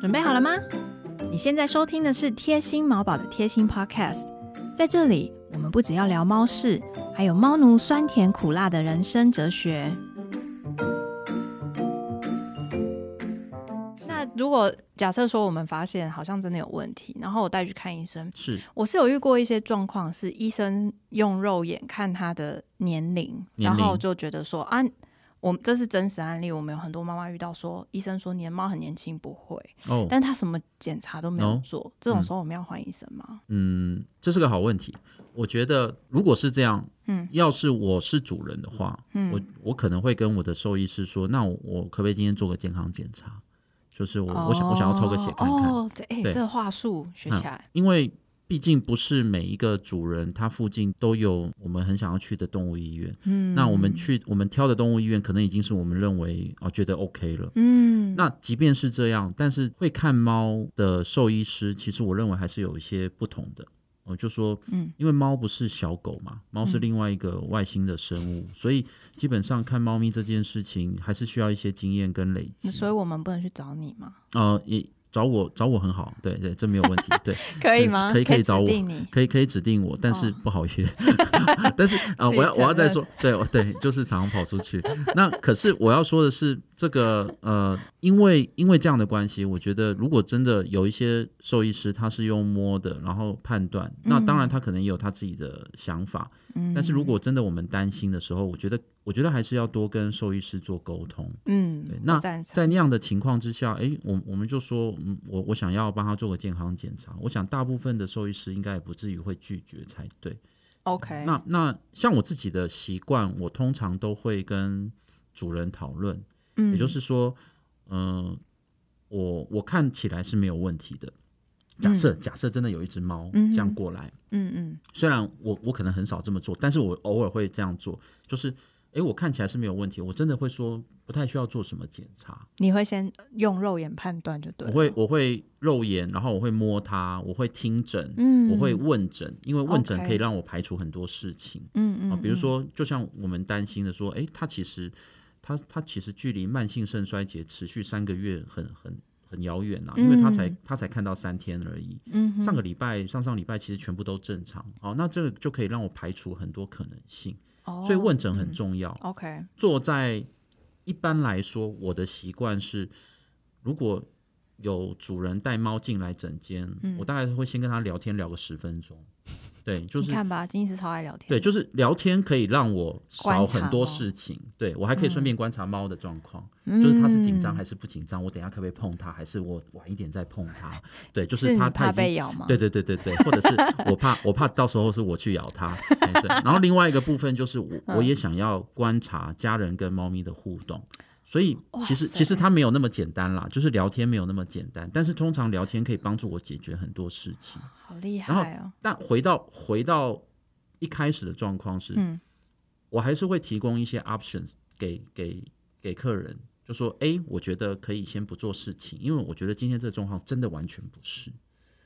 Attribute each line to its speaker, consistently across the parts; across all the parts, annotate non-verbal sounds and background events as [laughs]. Speaker 1: 准备好了吗？你现在收听的是贴心毛宝的贴心 Podcast，在这里我们不只要聊猫事，还有猫奴酸甜苦辣的人生哲学。那如果假设说我们发现好像真的有问题，然后我带去看医生，
Speaker 2: 是
Speaker 1: 我是有遇过一些状况，是医生用肉眼看他的年龄，
Speaker 2: 年
Speaker 1: 然
Speaker 2: 龄
Speaker 1: 后就觉得说啊，我们这是真实案例，我们有很多妈妈遇到说，医生说你的猫很年轻，不会，
Speaker 2: 哦，
Speaker 1: 但他什么检查都没有
Speaker 2: 哦
Speaker 1: 做，这种
Speaker 2: 嗯
Speaker 1: 时候我们要换医生吗？
Speaker 2: 嗯，这是个好问题。我觉得如果是这样，
Speaker 1: 嗯
Speaker 2: 要是我是主人的话，我我可能会跟我的兽医师说，那我我可不可以今天做个健康检查？就是我、我想我想要抽个血看看，
Speaker 1: 哦，这哎、
Speaker 2: 对嗯
Speaker 1: 这个话术学起来，
Speaker 2: 因为毕竟不是每一个主人他附近都有我们很想要去的动物医院。
Speaker 1: 嗯，
Speaker 2: 那我们，去我们挑的动物医院，可能已经是我们认为哦觉得 OK 了。
Speaker 1: 嗯，
Speaker 2: 那即便是这样，但是会看猫的兽医师，其实我认为还是有一些不同的。我、就说，
Speaker 1: 嗯，
Speaker 2: 因为猫不是小狗嘛，猫是另外一个外星的生物，所以基本上看猫咪这件事情还是需要一些经验跟累积
Speaker 1: 那。所以我们不能去找你吗？
Speaker 2: 呃，也找我找我很好，对对，这没有问题，对，
Speaker 1: 可
Speaker 2: 以 [laughs] 吗可以可以可以找我
Speaker 1: 指定你，
Speaker 2: 可以可以指定我，但是
Speaker 1: 哦
Speaker 2: 不好约。 [laughs] 但是啊、呃
Speaker 1: 自己
Speaker 2: 我要我要
Speaker 1: 承认
Speaker 2: 再说，对我对，就是常常跑出去。那可是我要说的是，这个呃，因为因为这样的关系，我觉得如果真的有一些兽医师他是用摸的，然后判断，那当然他可能也有他自己的想法。
Speaker 1: 嗯
Speaker 2: 但是如果真的我们担心的时候，我觉得我觉得还是要多跟兽医师做沟通。
Speaker 1: 嗯
Speaker 2: 对，那
Speaker 1: 我赞成，
Speaker 2: 在那样的情况之下，诶，我我们就说，嗯，我我想要帮他做个健康检查，我想大部分的兽医师应该也不至于会拒绝才对。
Speaker 1: OK，
Speaker 2: 那那像我自己的习惯，我通常都会跟主人讨论，
Speaker 1: 嗯
Speaker 2: 也就是说，嗯、我我看起来是没有问题的。假设、假设真的有一只猫
Speaker 1: 嗯嗯哼
Speaker 2: 这样过来，
Speaker 1: 嗯嗯
Speaker 2: 虽然我我可能很少这么做，但是我偶尔会这样做，就是诶，我看起来是没有问题，我真的会说不太需要做什么检查，
Speaker 1: 你会先用肉眼判断就对
Speaker 2: 我
Speaker 1: 了，
Speaker 2: 会我会肉眼，然后我会摸它，我会听诊，
Speaker 1: 嗯，
Speaker 2: 我会问诊，因为问诊
Speaker 1: OK
Speaker 2: 可以让我排除很多事情。
Speaker 1: 嗯，嗯
Speaker 2: 啊，
Speaker 1: 嗯，
Speaker 2: 比如说，就像我们担心的说，诶，它其实它它其实距离慢性肾衰竭持续三个月很很很遥远呐、因为它才
Speaker 1: 嗯
Speaker 2: 它才看到三天而已。
Speaker 1: 嗯哼，
Speaker 2: 上个礼拜、上上礼拜其实全部都正常，好、那这个就可以让我排除很多可能性，
Speaker 1: 哦，
Speaker 2: 所以问诊很
Speaker 1: 嗯
Speaker 2: 重要。
Speaker 1: OK，
Speaker 2: 坐在一般来说，我的习惯是，如果有主人带猫进来诊间，
Speaker 1: 嗯
Speaker 2: 我大概会先跟他聊天聊个十分钟，对，就
Speaker 1: 你
Speaker 2: 是
Speaker 1: 看吧，金医师超爱聊天，
Speaker 2: 对，就是聊天可以让我少
Speaker 1: 观察
Speaker 2: 很多
Speaker 1: 猫
Speaker 2: 事情，对我还可以顺便观察猫的状况，
Speaker 1: 嗯，
Speaker 2: 就是它是紧张还是不紧张，我等一下可不可以碰它，还是我晚一点再碰
Speaker 1: [laughs]
Speaker 2: 它，对，就是是它
Speaker 1: 你
Speaker 2: 它
Speaker 1: 怕
Speaker 2: 已经
Speaker 1: 被。咬吗？
Speaker 2: 对对对对对，或者
Speaker 1: [laughs]
Speaker 2: 是我怕我怕到时候是我去咬它、哎对。然后另外一个部分就是我
Speaker 1: 嗯
Speaker 2: 我也想要观察家人跟猫咪的互动，所以其实
Speaker 1: 哇塞
Speaker 2: 其实它没有那么简单啦，就是聊天没有那么简单，但是通常聊天可以帮助我解决很多事情。
Speaker 1: 好厉
Speaker 2: 然后
Speaker 1: 害哦，
Speaker 2: 但回到回到一开始的状况是，
Speaker 1: 嗯
Speaker 2: 我还是会提供一些 options 给给给客人，就说，诶，我觉得可以先不做事情，因为我觉得今天这个状况真的完全不是。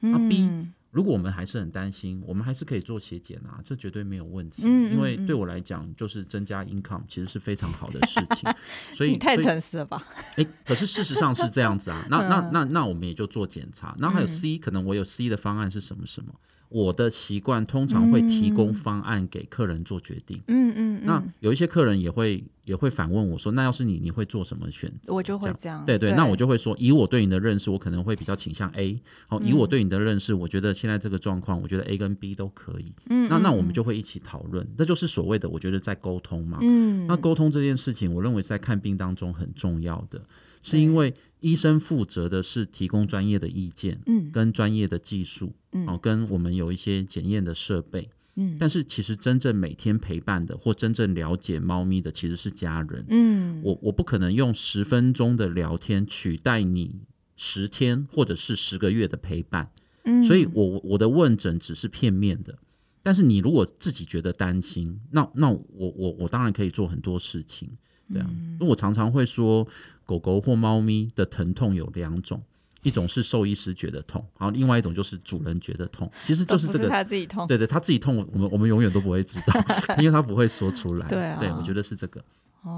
Speaker 2: 那啊 B，
Speaker 1: 嗯
Speaker 2: 如果我们还是很担心，我们还是可以做血检啊，这绝对没有问题。
Speaker 1: 嗯嗯
Speaker 2: 因为
Speaker 1: 嗯
Speaker 2: 对我来讲，就是增加 income 其实是非常好的事
Speaker 1: [laughs]
Speaker 2: 情。所以
Speaker 1: 你太
Speaker 2: 所以
Speaker 1: 诚实了吧？
Speaker 2: 哎、可是事实上是这样子啊。那
Speaker 1: 嗯
Speaker 2: 那那那我们也就做检查。然后还有 C，、可能我有 C 的方案是什么什么？我的习惯通常会提供方案给客人做决定。
Speaker 1: [laughs] 嗯嗯，
Speaker 2: 那
Speaker 1: 嗯
Speaker 2: 有一些客人也会也会反问我说：“那要是你，你会做什么选择？”
Speaker 1: 我就会
Speaker 2: 这样
Speaker 1: 这样，
Speaker 2: 对对，那我就会说，以我对你的认识，我可能会比较倾向 A。好、
Speaker 1: 嗯
Speaker 2: 以我对你的认识，我觉得现在这个状况，我觉得 A 跟 B 都可以。
Speaker 1: 嗯
Speaker 2: 那
Speaker 1: 嗯
Speaker 2: 那我们
Speaker 1: 嗯
Speaker 2: 就会一起讨论，这就是所谓的我觉得在沟通嘛。
Speaker 1: 嗯，
Speaker 2: 那沟通这件事情，我认为在看病当中很重要的，是
Speaker 1: 对
Speaker 2: 因为医生负责的是提供专业的意见
Speaker 1: 嗯
Speaker 2: 跟专业的技术，
Speaker 1: 嗯
Speaker 2: 哦，跟我们有一些检验的设备。
Speaker 1: 嗯
Speaker 2: 但是其实真正每天陪伴的或真正了解猫咪的，其实是家人。
Speaker 1: 嗯
Speaker 2: 我我不可能用十分钟的聊天取代你十天或者是十个月的陪伴。
Speaker 1: 嗯
Speaker 2: 所以我我的问诊只是片面的。但是你如果自己觉得担心，那那我我我当然可以做很多事情，对啊。
Speaker 1: 嗯
Speaker 2: 因为我常常会说，狗狗或猫咪的疼痛有两种，一种是兽医师觉得痛，然后另外一种就是主人觉得痛。其实
Speaker 1: 都
Speaker 2: 就是
Speaker 1: 哦不
Speaker 2: 这个，
Speaker 1: 他自己痛，
Speaker 2: [laughs] 对对，他自己痛，我们我们永远都不会知道，因为他不会说出来。
Speaker 1: 对啊
Speaker 2: 我觉得是这个。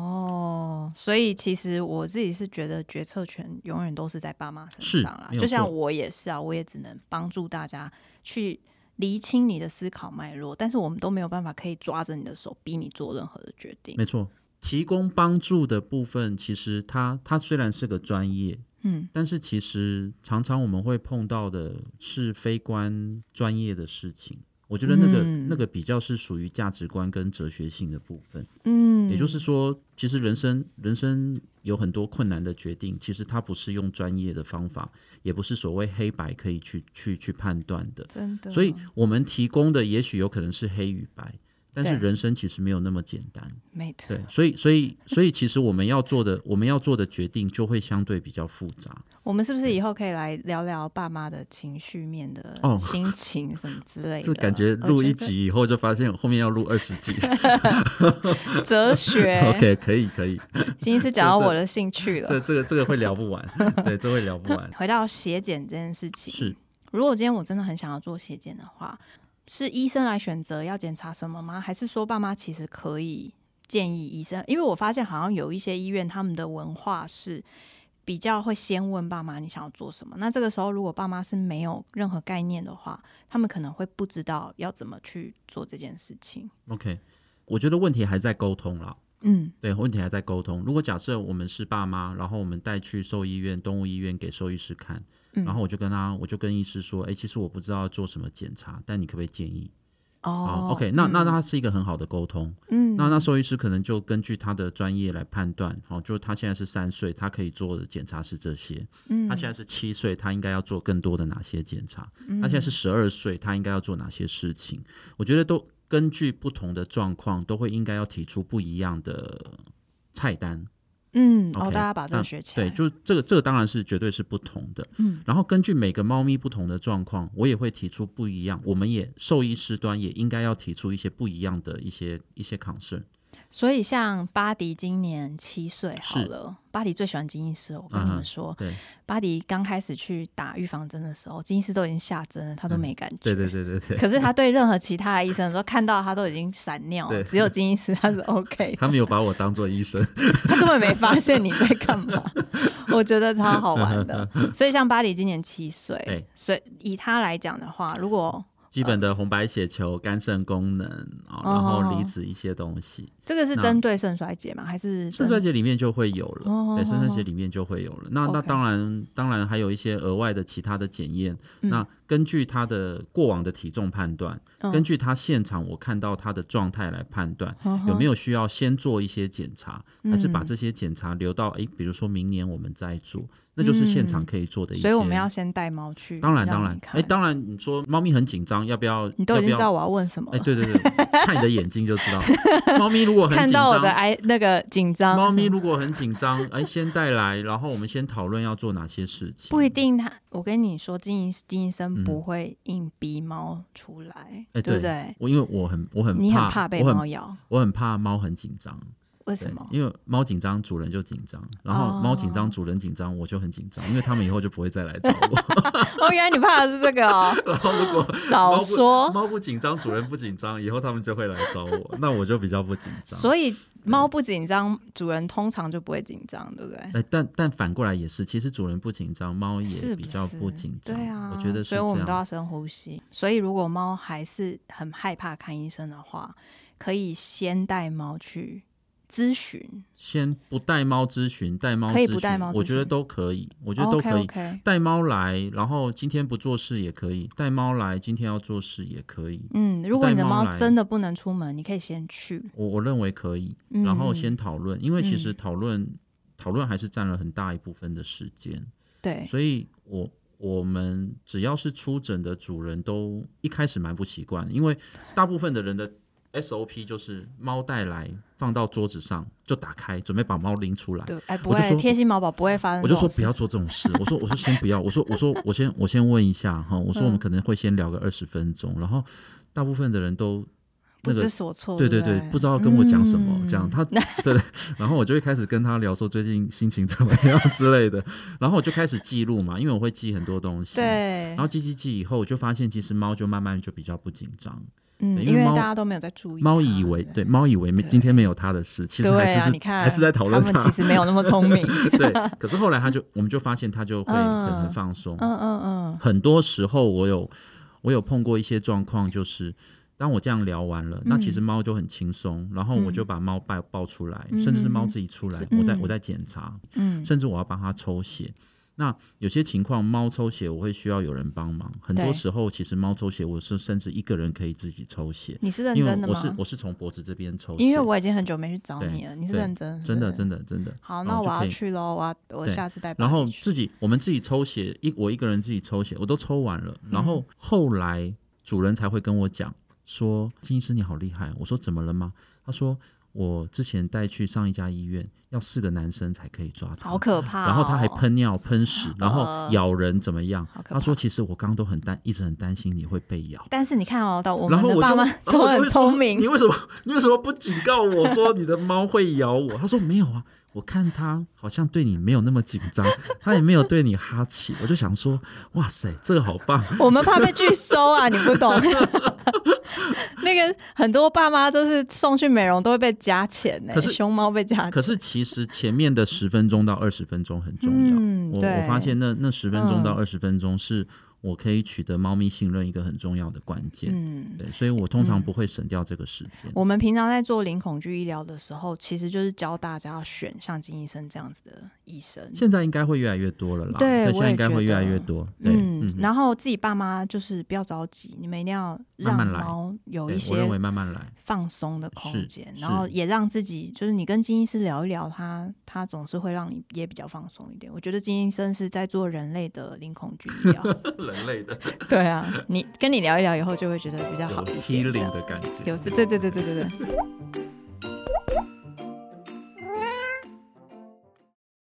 Speaker 1: 哦，所以其实我自己是觉得决策权永远都是在爸妈身
Speaker 2: 是
Speaker 1: 上啦
Speaker 2: 没，有
Speaker 1: 就像
Speaker 2: 错
Speaker 1: 我也是啊，我也只能帮助大家去厘清你的思考脉络，但是我们都没有办法可以抓着你的手逼你做任何的决定。
Speaker 2: 没错，提供帮助的部分，其实它它虽然是个专业，
Speaker 1: 嗯
Speaker 2: 但是其实常常我们会碰到的是非关专业的事情。我觉得那个、
Speaker 1: 嗯
Speaker 2: 那个比较是属于价值观跟哲学性的部分，
Speaker 1: 嗯，
Speaker 2: 也就是说，其实人生人生有很多困难的决定，其实它不是用专业的方法，也不是所谓黑白可以去去去判断的。
Speaker 1: 嗯真的，
Speaker 2: 所以我们提供的也许有可能是黑与白，但是
Speaker 1: 对
Speaker 2: 人生其实没有那么简单。
Speaker 1: 没错
Speaker 2: 对，，所以所以所以，其实我们要做的，我们要做的决定就会相对比较复杂。
Speaker 1: 我们是
Speaker 2: 嗯
Speaker 1: 不是以后可以来聊聊爸妈的情绪面的
Speaker 2: 哦 [laughs]
Speaker 1: 心情什么之类的？
Speaker 2: 就感觉
Speaker 1: 我
Speaker 2: 录一
Speaker 1: 得
Speaker 2: 集以后，就发现后面要录二十集。
Speaker 1: 哲学。
Speaker 2: [laughs] OK，可以
Speaker 1: [laughs]
Speaker 2: 可以，
Speaker 1: 今天是讲到
Speaker 2: 这这
Speaker 1: 我的兴趣
Speaker 2: 这
Speaker 1: 了。
Speaker 2: 这个这个会聊不完，
Speaker 1: [laughs]
Speaker 2: 对，这会聊不完。
Speaker 1: 回到血检这件事情，
Speaker 2: 是
Speaker 1: 如果今天我真的很想要做血检的话，是医生来选择要检查什么吗？还是说爸妈其实可以建议医生？因为我发现好像有一些医院他们的文化是比较会先问爸妈你想要做什么。那这个时候如果爸妈是没有任何概念的话，他们可能会不知道要怎么去做这件事情。
Speaker 2: OK，我觉得问题还在沟通啦。
Speaker 1: 嗯
Speaker 2: 对，问题还在沟通。如果假设我们是爸妈，然后我们带去兽医院、动物医院给兽医师看，
Speaker 1: 嗯，
Speaker 2: 然后我就跟他，我就跟医师说，哎，其实我不知道要做什么检查，但你可不可以建议？
Speaker 1: 哦
Speaker 2: 好，OK，那那那是一个很好的沟通。
Speaker 1: 嗯
Speaker 2: 那那兽医师可能就根据他的专业来判断，好、就是他现在是三岁，他可以做的检查是这些；
Speaker 1: 嗯
Speaker 2: 他现在是七岁，他应该要做更多的哪些检查？
Speaker 1: 嗯
Speaker 2: 他现在是十二岁，他应该要做哪些事情？我觉得都根据不同的状况，都会应该要提出不一样的菜单。
Speaker 1: 嗯哦，
Speaker 2: OK，
Speaker 1: 大家把这
Speaker 2: 那
Speaker 1: 个学起来，
Speaker 2: 对，就这个这个当然是绝对是不同的。
Speaker 1: 嗯，
Speaker 2: 然后根据每个猫咪不同的状况，我也会提出不一样。我们也兽医师端也应该要提出一些不一样的一些一些 concern。
Speaker 1: 所以，像巴迪今年七岁好
Speaker 2: 是
Speaker 1: 了，巴迪最喜欢金医师哦。我跟你
Speaker 2: 嗯
Speaker 1: 们
Speaker 2: 哼
Speaker 1: 说，
Speaker 2: 对
Speaker 1: 巴迪刚开始去打预防针的时候，金医师都已经下针了，他都没感觉。
Speaker 2: 嗯对对对对对。
Speaker 1: 可是他对任何其他的医生都看到他都已经
Speaker 2: [laughs]
Speaker 1: 闪尿了，
Speaker 2: 对
Speaker 1: 只有金医师他是 OK 的，
Speaker 2: [laughs] 他没有把我当做医生， [laughs]
Speaker 1: 他根本没发现你在干嘛。我觉得超好玩
Speaker 2: [laughs]
Speaker 1: 的。所以像巴迪今年七岁
Speaker 2: 对，
Speaker 1: 所以以他来讲的话，如果
Speaker 2: 基本的红白血球、肝肾功能
Speaker 1: 哦
Speaker 2: 啊、然后离子一些东西，
Speaker 1: 这个是
Speaker 2: 那
Speaker 1: 针对肾衰竭吗？还是
Speaker 2: 肾衰竭里面就会有了，
Speaker 1: 哦
Speaker 2: 对，肾衰竭里面就会有了。那那
Speaker 1: OK
Speaker 2: 当然，当然还有一些额外的其他的检验。
Speaker 1: 嗯
Speaker 2: 那根据他的过往的体重判断，根据他现场我看到他的状态来判断。有没
Speaker 1: 有
Speaker 2: 有需要先做一些检查，
Speaker 1: 嗯
Speaker 2: 还是把这些检查留到诶，比如说明年我们再做，那就是现场可以做的一些。
Speaker 1: 嗯所以我们要先带猫去，
Speaker 2: 当然
Speaker 1: 让
Speaker 2: 当
Speaker 1: 你
Speaker 2: 然，
Speaker 1: 看
Speaker 2: 哎，当然你说猫咪很紧张，要不要？
Speaker 1: 你都已经知
Speaker 2: 要不要
Speaker 1: 道我要问什么
Speaker 2: 哎，
Speaker 1: 了。
Speaker 2: 对对对，看你的眼睛就知
Speaker 1: [laughs]
Speaker 2: 道。猫咪如果很
Speaker 1: 看
Speaker 2: 紧
Speaker 1: 到我的
Speaker 2: 张，
Speaker 1: 哎那个紧张，
Speaker 2: 猫咪如果很紧张，哎，先带来，然后我们先讨论要做哪些事情。
Speaker 1: 不一。定它。我跟你说，金医金医生
Speaker 2: 嗯
Speaker 1: 不会硬逼猫出来，
Speaker 2: 哎
Speaker 1: 对不
Speaker 2: 对
Speaker 1: 对？
Speaker 2: 我因为我很我很
Speaker 1: 你很怕
Speaker 2: 怕
Speaker 1: 被
Speaker 2: 我
Speaker 1: 猫
Speaker 2: 很
Speaker 1: 咬，
Speaker 2: 我很怕猫很紧张。
Speaker 1: 为
Speaker 2: 对
Speaker 1: 什么？哦
Speaker 2: 因为猫紧张，主人就紧张，然后猫紧张，主人紧张，我就很紧张，因为他们以后就不会再来找
Speaker 1: [laughs]
Speaker 2: 我。
Speaker 1: 哦，原来你怕的是这个哦。
Speaker 2: [laughs] 然后如果
Speaker 1: 早
Speaker 2: 猫不
Speaker 1: 说，
Speaker 2: 猫不紧张，主人不紧张，以后他们就会来找我，那我就比较不紧张。
Speaker 1: 所以猫不紧张，主人通常就不会紧张，对不对？
Speaker 2: 哎，但但反过来也是，其实主人不紧张，猫
Speaker 1: 是
Speaker 2: 也比较
Speaker 1: 是
Speaker 2: 不紧张。
Speaker 1: 对啊，
Speaker 2: 我觉得是
Speaker 1: 所以我们
Speaker 2: 这
Speaker 1: 都
Speaker 2: 样
Speaker 1: 要深呼吸。所以如果猫还是很害怕看医生的话，可以先带猫去咨询，
Speaker 2: 先不带猫咨询，带猫
Speaker 1: 可以
Speaker 2: 咨
Speaker 1: 不带
Speaker 2: 询
Speaker 1: 猫
Speaker 2: 我
Speaker 1: 咨
Speaker 2: 觉得
Speaker 1: 询
Speaker 2: 都可以，我觉得都可
Speaker 1: OK
Speaker 2: 以。
Speaker 1: OK，
Speaker 2: 带猫来，然后今天不做事也可以，带猫来，今天要做事也可以。
Speaker 1: 嗯，如果你的
Speaker 2: 带猫
Speaker 1: 猫
Speaker 2: 来
Speaker 1: 真的不能出门，你可以先去，
Speaker 2: 我我认为可以，
Speaker 1: 嗯
Speaker 2: 然后先讨论，因为其实
Speaker 1: 嗯
Speaker 2: 讨论、讨论还是占了很大一部分的时间，
Speaker 1: 对，
Speaker 2: 所以我我们只要是出诊的主人都一开始蛮不习惯，因为大部分的人的 SOP 就是猫带来放到桌子上就打开，准备把猫拎出来。
Speaker 1: 对，哎，不
Speaker 2: 我就
Speaker 1: 会，
Speaker 2: 说
Speaker 1: 贴心毛宝不会发生
Speaker 2: 我
Speaker 1: 这
Speaker 2: 就
Speaker 1: 种事。
Speaker 2: 说不要做这种事，我说我说先不要，我说我说我先我先问一下哈，我说
Speaker 1: 嗯
Speaker 2: 我们可能会先聊个二十分钟，然后大部分的人都
Speaker 1: 不
Speaker 2: 那个
Speaker 1: 知所措。
Speaker 2: 对
Speaker 1: 对
Speaker 2: 对对，不知道跟我讲什么，这
Speaker 1: 嗯
Speaker 2: 样他 [laughs] 对对，然后我就会开始跟他聊说最近心情怎么
Speaker 1: [laughs]
Speaker 2: 样之类的，然后我就开始记录嘛，因为我会记很多东西，，
Speaker 1: 对
Speaker 2: 然后记记记以后，我就发现其实猫就慢慢就比较不紧张，
Speaker 1: 嗯，
Speaker 2: 对
Speaker 1: 因
Speaker 2: 因为
Speaker 1: 为
Speaker 2: 猫
Speaker 1: 大家都没有在注意它，
Speaker 2: 猫以为
Speaker 1: 不
Speaker 2: 对，猫以为没
Speaker 1: 对
Speaker 2: 今天没有他的事，其实还
Speaker 1: 对
Speaker 2: 是
Speaker 1: 啊，
Speaker 2: 是、
Speaker 1: 你看
Speaker 2: 还是在讨论
Speaker 1: 他们
Speaker 2: 他
Speaker 1: 其。实没有那么聪明， [laughs]
Speaker 2: 对，可是后来他就我们就发现他就会很
Speaker 1: 嗯
Speaker 2: 很放松。
Speaker 1: 嗯嗯嗯，
Speaker 2: 很多时候我有我有碰过一些状况，就是当我这样聊完
Speaker 1: 嗯
Speaker 2: 了，那其实猫就很轻松，然后我就把猫抱抱出来，
Speaker 1: 嗯
Speaker 2: 甚至是猫
Speaker 1: 嗯
Speaker 2: 自己出来，
Speaker 1: 嗯
Speaker 2: 我再我再检查，
Speaker 1: 嗯，
Speaker 2: 甚至我要帮它抽血。那有些情况，猫抽血我会需要有人帮忙。很
Speaker 1: 对
Speaker 2: 多时候，其实猫抽血我是甚至一个人可以自己抽血，
Speaker 1: 你是认
Speaker 2: 因
Speaker 1: 真
Speaker 2: 为
Speaker 1: 的
Speaker 2: 我
Speaker 1: 吗
Speaker 2: 是？我是从脖子这边抽血。
Speaker 1: 因为我已经很久没去找
Speaker 2: 对
Speaker 1: 你了，你是
Speaker 2: 对
Speaker 1: 认真，
Speaker 2: 真的
Speaker 1: 是不是
Speaker 2: 真的真的。
Speaker 1: 好，
Speaker 2: 然
Speaker 1: 那我
Speaker 2: 后就可
Speaker 1: 要
Speaker 2: 以
Speaker 1: 去喽，我要我
Speaker 2: 对
Speaker 1: 下次带爸
Speaker 2: 然
Speaker 1: 爸
Speaker 2: 后
Speaker 1: 去。
Speaker 2: 自己我们自己抽血，一我一个人自己抽血，我都抽完了。
Speaker 1: 嗯
Speaker 2: 然后后来主人才会跟我讲说：“金医师你好厉害。”我说：“怎么了吗？”他说：“我之前带去上一家医院，要四个男生才可以抓它，
Speaker 1: 好可怕、哦！呃
Speaker 2: 然后他还，喷尿、喷屎，然后咬人怎么样？”
Speaker 1: 好可怕
Speaker 2: 他说：“其实我刚刚都很担，一直很担心你会被咬。”
Speaker 1: 但是你看哦，到我们
Speaker 2: 然后
Speaker 1: 的
Speaker 2: 我
Speaker 1: 爸
Speaker 2: 就
Speaker 1: 妈
Speaker 2: 然后
Speaker 1: 都
Speaker 2: 我就会
Speaker 1: 很
Speaker 2: 说
Speaker 1: 聪明
Speaker 2: 你，为什么你为什么不警告我说你的猫会咬我？他说没有啊，我看它好像对你没有那么紧张，它也没有对你哈气，我就想说，哇塞，这个好棒。 [laughs]
Speaker 1: 我们怕被拒收啊，你不懂。那个很多爸妈都是送去美容都会被加钱呢、
Speaker 2: 可是
Speaker 1: 熊猫被加钱。
Speaker 2: 可是其实前面的十分钟到二十分钟很重要，
Speaker 1: 嗯
Speaker 2: 我
Speaker 1: 对
Speaker 2: 我发现那那十分钟到
Speaker 1: 嗯
Speaker 2: 二十分钟是我可以取得猫咪信任一个很重要的关键。
Speaker 1: 嗯，
Speaker 2: 对，所以我通常不会省掉这个时间。
Speaker 1: 我们平常在做零恐惧医疗的时候，其实就是教大家要选像金医生这样子的医生。
Speaker 2: 现在应该会越来越多了啦，
Speaker 1: 对我
Speaker 2: 现
Speaker 1: 也
Speaker 2: 在应该会
Speaker 1: 觉
Speaker 2: 越来
Speaker 1: 得
Speaker 2: 越多。对，
Speaker 1: 嗯，
Speaker 2: 嗯
Speaker 1: 然后自己爸妈就是不要着急，你们一定要让
Speaker 2: 慢慢来
Speaker 1: 猫有
Speaker 2: 对
Speaker 1: 一
Speaker 2: 我
Speaker 1: 些
Speaker 2: 认为慢慢来。
Speaker 1: 放松的
Speaker 2: 是
Speaker 1: 空间，
Speaker 2: 是
Speaker 1: 然后也让自己就是你跟金医师聊一聊他，他总是会让你也比较放松一点。我觉得金医生是在做人类的零恐惧医疗，
Speaker 2: 人类的
Speaker 1: [laughs] 对啊，你跟你聊一聊以后就会觉得比较
Speaker 2: 有
Speaker 1: 好一点，
Speaker 2: healing 的感觉。
Speaker 1: 有对对对对对对对。